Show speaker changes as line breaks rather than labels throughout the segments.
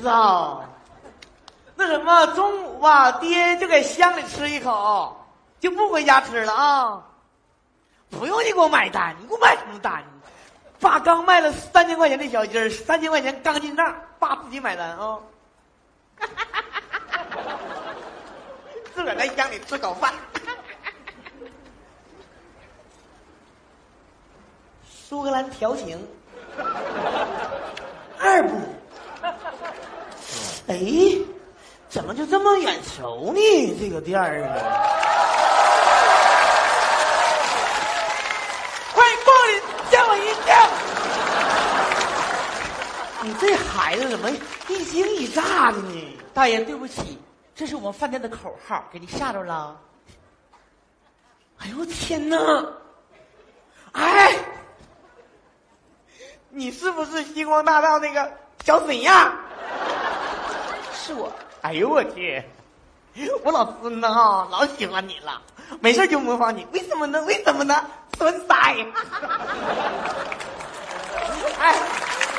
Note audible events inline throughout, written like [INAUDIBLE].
子啊。那什么，中午啊，爹就给乡里吃一口，就不回家吃了啊。不用你给我买单，你给我买什么单？爸刚卖了三千块钱的小鸡儿，三千块钱刚进账，爸自己买单啊、 [LAUGHS] 自个儿在乡里吃口饭。苏格兰调情，二部。哎，怎么就这么眼熟呢？这个店儿啊，快过来吓我一跳！你这孩子怎么一惊一乍的呢？
大爷，对不起，这是我们饭店的口号，给你吓着了。
哎呦我天哪！哎，你是不是星光大道那个小沈阳？
是我，
哎呦我天！我老孙子哈，老喜欢你了，没事就模仿你，为什么呢？为什么呢？孙子呀！ [LAUGHS] 哎，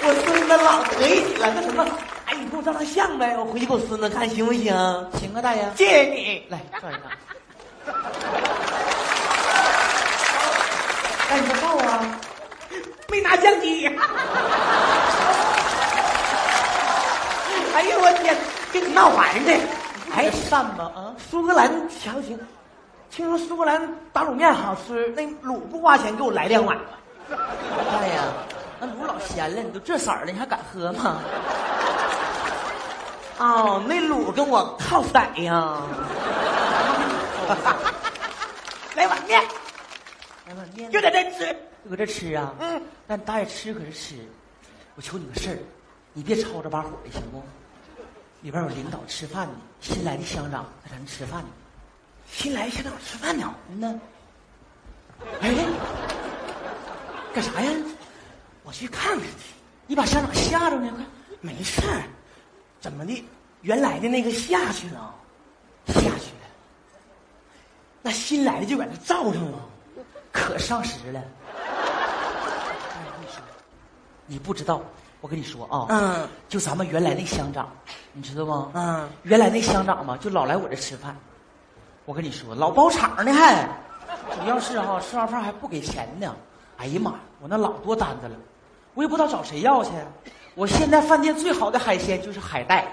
我孙子老得意了，那什么，哎，你给我照张相呗，我回去给我孙子看行不行？
行啊，大爷，
谢谢你。
来照一张。
[LAUGHS]
哎，你不照啊？
没拿相机。 [LAUGHS] 哎呦我天，跟你闹玩的。
哎，
哎，
善吧啊？
苏格兰调情，听说苏格兰打卤面好吃，那卤不花钱，给我来两碗吧。
大爷，哎那卤老咸了，你都这色儿了，你还敢喝吗？
哦，那卤跟我靠色呀。
[LAUGHS]
来碗面，
来碗面，
就在这吃。
就搁这吃啊？
嗯，
但大爷吃可是吃，我求你个事儿，你别吵着把火的行不？里边有领导吃饭呢，新来的乡长在咱这吃饭呢。
新来先让我吃饭呢。
嗯呢？哎，干啥呀？
我去看看去。
你把乡长吓着呢，快！
没事儿，怎么的？原来的那个下去了，下去了。那新来的就在这罩上了。
可上时了。哎你不知道，我跟你说啊，
嗯，
就咱们原来那乡长，你知道吗？
嗯，
原来那乡长嘛，就老来我这吃饭。我跟你说，老包场呢还，主要是哈、吃完饭还不给钱呢。哎呀妈呀，我那老多单子了，我也不知道找谁要去。我现在饭店最好的海鲜就是海带，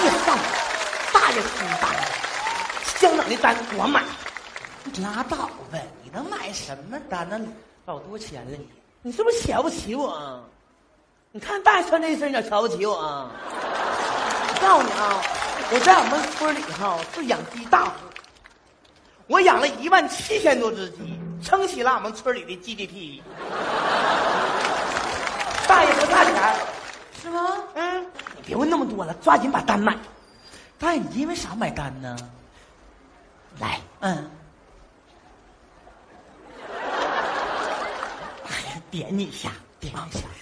别放，大爷出单，乡长的单我买。
你拉倒吧，你能买什么单呢？老多钱了你。
你是不是瞧不起我？啊？你看大爷穿这一身，你咋瞧不起我啊？我告诉你啊，我在我们村里哈、是养鸡大户，我养了一万七千多只鸡，撑起了我们村里的 GDP。大爷不差钱，
是吗？
嗯，你别问那么多了，抓紧把单买。
大爷，你因为啥买单呢？
来，
嗯，
点你一下，
点一下。
啊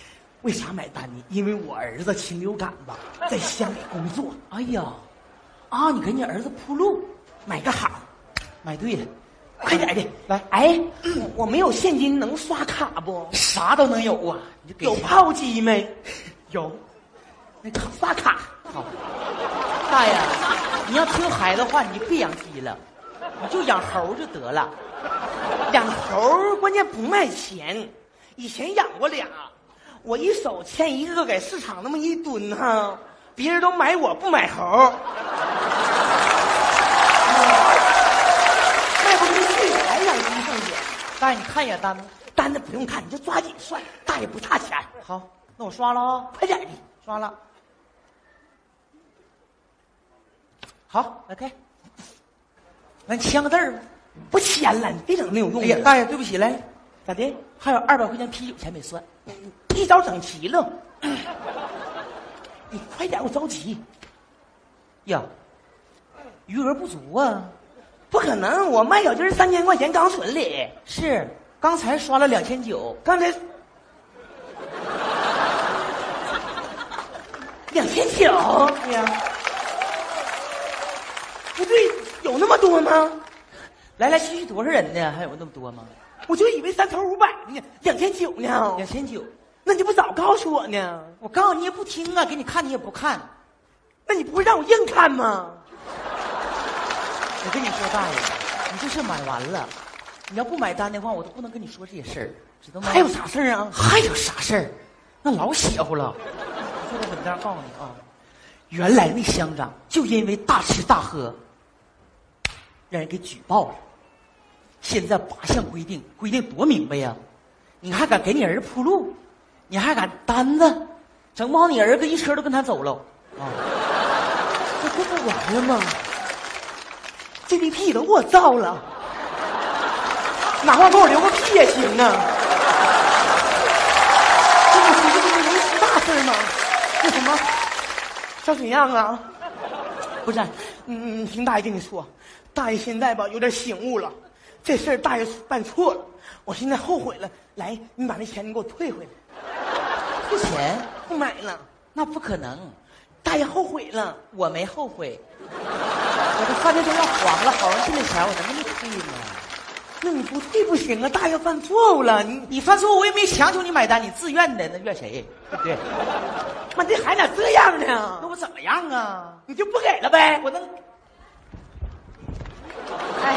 为啥买单呢？因为我儿子禽流感吧，在乡里工作，
哎呀，啊，你给你儿子铺路，
买个好。
买对了，
快点的，
来
哎，我我没有现金，能刷卡不？
啥都能有啊！你就给
有
钱
炮击没？
[LAUGHS] 有，
那卡刷卡，
好。大爷，你要听孩子话，你就别养鸡了，你就养猴就得了。
养猴儿关键不卖钱，以前养过俩，我一手牵一个给市场那么一蹲哈、别人都买我不买猴儿，卖不出去还养鸡剩下，
大爷，你看一眼单子。
单子不用看，你就抓紧算，大爷不差钱，
好，那我刷了啊、
快点的，
刷了。好，来开。来，你签个字儿吧。
不签了，你别整那有用
哎
的
呀，
了，
大爷，对不起，来，
咋的？
还有二百块钱啤酒钱没算。
一早整齐了。你快点，我着急。
呀，余额不足啊！
不可能，我卖小鸡儿三千块钱刚存里，
是，刚才刷了两千九，
刚才两千九。哎
对呀，
不对，有那么多吗？
来来去去多少人呢？还有那么多吗？
我就以为三头五百呢，两千九呢。
两千九，
那你不早告诉我呢？
我告诉你也不听啊，给你看你也不看。
那你不会让我硬看吗？
我跟你说，大爷，你这事买完了，你要不买单的话，我都不能跟你说这些事儿，知道吗？
还有啥事儿啊？
还有啥事儿？那老邪乎了。我坐在本家告诉你啊，原来那乡长就因为大吃大喝，让人给举报了。现在八项规定规定多明白呀、你还敢给你儿子铺路，你还敢担子，整不好你儿子一车都跟他走了啊！这这不完了吗？
GDP 都给我造了，哪怕给我留个屁也行啊！这不是这不是能出大事儿吗？那什么，小沈阳啊，不是，嗯，你听大爷跟你说，大爷现在吧有点醒悟了，这事儿大爷办错了，我现在后悔了。来，你把那钱你给我退回来，
付钱
不买了。
那不可能，
大爷后悔了，
我没后悔。我这饭店都要黄了，好容易进的钱，我能给你退吗？
那你不退不行啊，大爷犯错误了，你
你犯错，我也没强求你买单，你自愿的，那怨谁？对不对？
他妈这孩子咋这样
那
呢？
我怎么样啊？
你就不给了呗？
我能，
哎，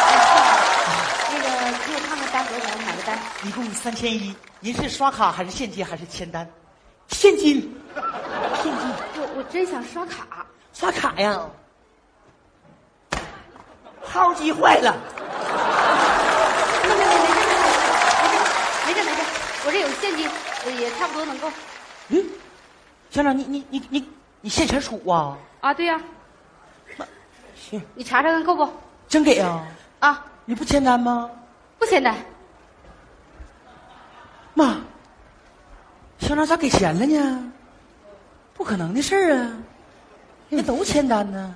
那个给我看看单多少钱，买个单。
一共三千一，您是刷卡还是现金还是签单？
现金。
现金，我我真想刷卡。
刷卡呀，号机坏了，
没事没事没事没事没事没事，我这有现金，呃也差不多能够。
嗯，乡长，你你你你你现钱处啊？
啊，对呀、
行，
你查查看够不？
真给啊？
啊，
你不签单吗？
不简单。
妈，乡长咋给钱了呢？不可能的事儿啊！那都签单呢。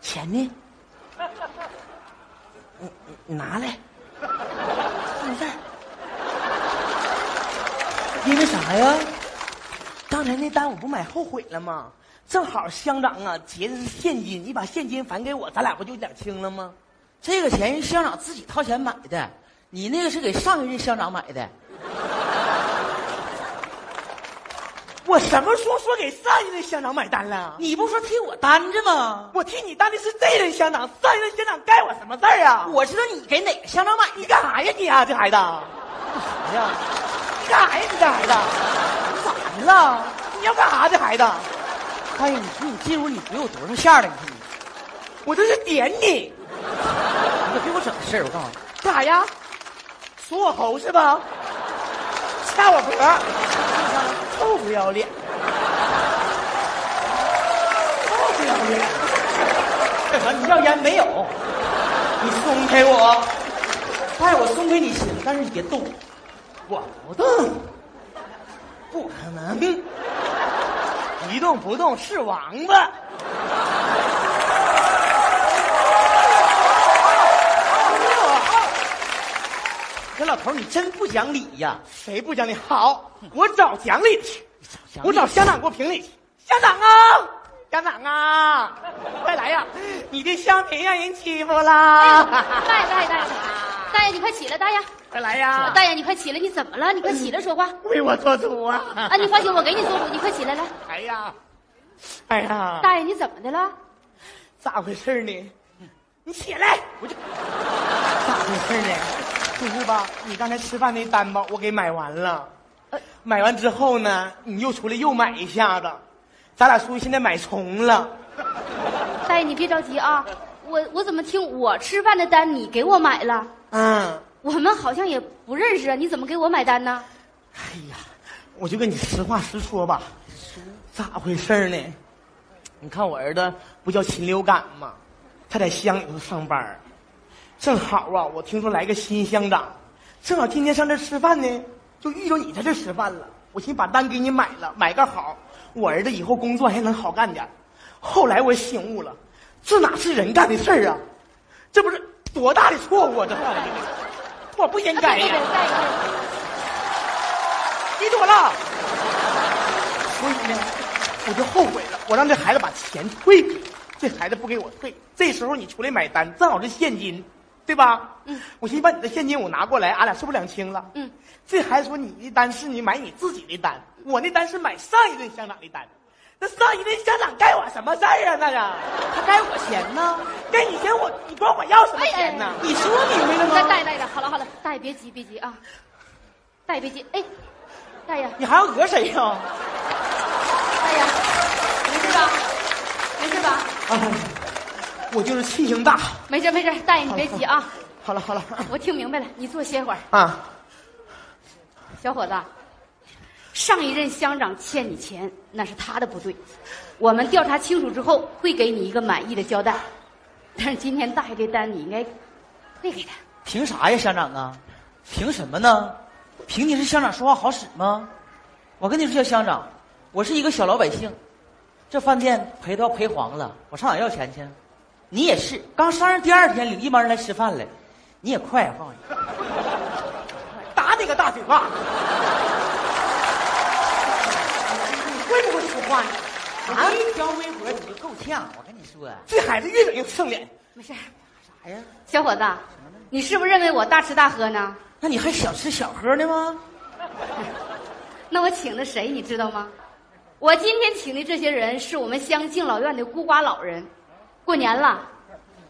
钱呢？你你拿 [LAUGHS] 来，放这儿。
因为啥呀？
刚才那单我不买后悔了吗？正好乡长啊结的是现金，你把现金返给我，咱俩不就两清了吗？
这个钱是乡长自己掏钱买的，你那个是给上一任乡长买的。
我什么时候说给上一任乡长买单了？
你不说替我担着吗？
我替你当的是这任乡长，上一任乡长该我什么事儿啊？
我知道你给哪个乡长买
你干啥呀你啊这孩子？
的哎呀？
你干啥呀你这孩子？
完了，
你要干啥这孩子？
大哎爷，你说你这屋你得有多少馅儿了？你说
我这是点你。
你，你可给我整事儿！我告诉你，
干啥呀？说我猴是吧？掐我脖，臭不要脸，臭不要脸！
干啥？你要烟没有？
你松开我，
大爷，哎我松给你行，但是你别动。我不动，
不可能，一动不动是王八。
这老头儿你真不讲理哎呀！
谁不讲理？好，我找讲理去，
讲理
我找乡长给我评理去。乡长啊，乡长啊，快来呀！你的乡民让人欺负啦！
[LAUGHS] 大爷大爷大爷，大爷你快起来，大爷，
快来呀！
大爷你快起来，你怎么了？你快起来说话。
为我做主啊！
啊，你放心，我给你做主，你快起来来。
哎呀，哎呀，
大爷你怎么的了？
咋回事呢？你起来，我就咋回事呢？就是吧，你刚才吃饭那单吧，我给买完了。买完之后呢，你又出来又买一下子，咱俩出去现在买重了。
大爷你别着急啊，我我怎么听我吃饭的单你给我买了？
嗯，
我们好像也不认识啊，你怎么给我买单呢？
哎呀，我就跟你实话实说吧，咋回事呢？你看我儿子不叫禽流感吗？他在乡里头上班儿正好啊，我听说来个新乡长，正好今天上这儿吃饭呢，就遇着你在这儿吃饭了。我寻思把单给你买了，买个好，我儿子以后工作还能好干点儿。后来我醒悟了，这哪是人干的事儿啊？这不是多大的错误啊！这犯的，我不应该
啊
呀、
别别别大爷大爷
记住我了。所以呢，我就后悔了，我让这孩子把钱退给我，这孩子不给我退。这时候你出来买单，正好是现金，对吧？
嗯，
我寻思把你的现金我拿过来，俺俩是不是两清了？
嗯，
这还说你的单是你买你自己的单，我那单是买上一任乡长的单。那上一任乡长该我什么事儿啊？那是
他该我钱呢？
该你钱我，你管我要什么钱呢？
你说明白了
再
吗？
哎带带着，好了好了，大爷别急别急啊，大爷别急，哎，大爷
你还要讹谁呀、啊？
大爷，没事吧？没事吧？
哎我就是气性大。
没事没事，大爷你别急啊，
好了好了
我听明白了，你坐歇会儿。
啊，
小伙子，上一任乡长欠你钱，那是他的不对。我们调查清楚之后，会给你一个满意的交代。但是今天大爷这单，你应该退给他。
凭啥呀，乡长啊？凭什么呢？凭你是乡长说话好使吗？我跟你说，乡长，我是一个小老百姓，这饭店赔都要赔黄了，我上哪要钱去？你也是，刚上任第二天领一帮人来吃饭来，你也快啊，放下
打你个大嘴巴！你会不会说话呢？啊，
一条微博你就够呛，我跟你说，啊
这孩子越整越不上脸。
没事儿，
啥哎呀？
小伙子，你是不是认为我大吃大喝呢？
那你还小吃小喝呢吗？
那我请的谁你知道吗？我今天请的这些人是我们乡敬老院的孤寡老人。过年了，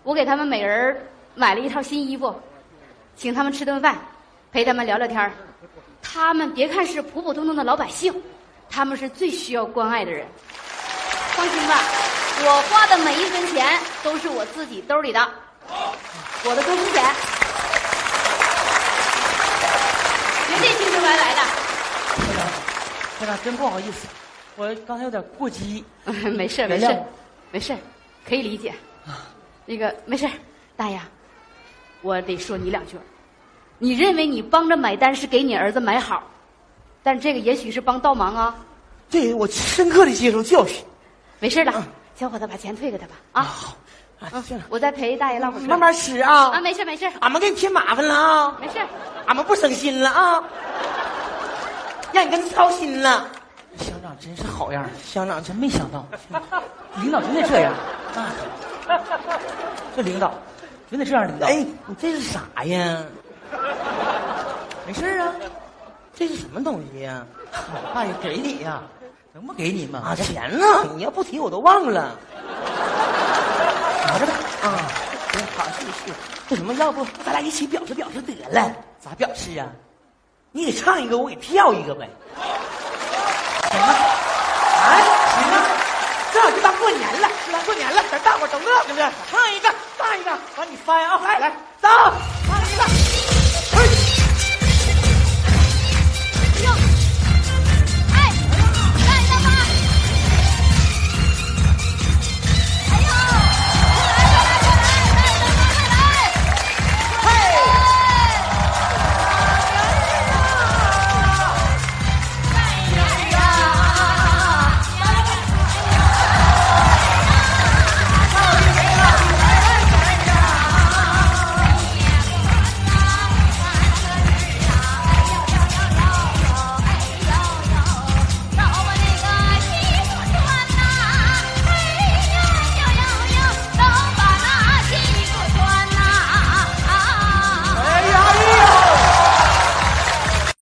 我给他们每人儿买了一套新衣服，请他们吃顿饭，陪他们聊聊天儿。他们别看是普普通通的老百姓，他们是最需要关爱的人。放心吧，我花的每一分钱都是我自己兜里的，我的工资钱，绝对清清白白的。
乡长，真不好意思，我刚才有点过激。
[LAUGHS] 没事儿没
原
事
谅
儿，没事儿，可以理解。那个没事儿，大爷，我得说你两句儿。你认为你帮着买单是给你儿子买好，但这个也许是帮倒忙啊。
这我深刻的接受教训。
没事儿了，小伙子把钱退给他吧啊。
啊，行了，
我再陪大爷唠会儿嗑。
慢慢吃啊。
啊，没事儿没事儿
俺们给你添麻烦了啊，
没事儿。
俺们不省心了啊，让你更操心了。
乡长真是好样儿，
乡长，
真没想到，领导真得这样。啊、 [LAUGHS] 这领导真得这样，领导。
哎，，你这是啥呀？
没事儿啊，
这是什么东西呀？
大爷给你呀、能不给你吗？
啊，钱呢？你要不提我都忘了。
拿着吧。
啊，行，好，是是。那什么，要不咱俩一起表示表示得了？
咋表示啊？
你给唱一个，我给跳一个呗。
啊
行啊，行啊，这好就当过年了，就当过年了，咱大伙儿都乐呵乐呵，唱一个，唱一个，完你翻啊，来来，走。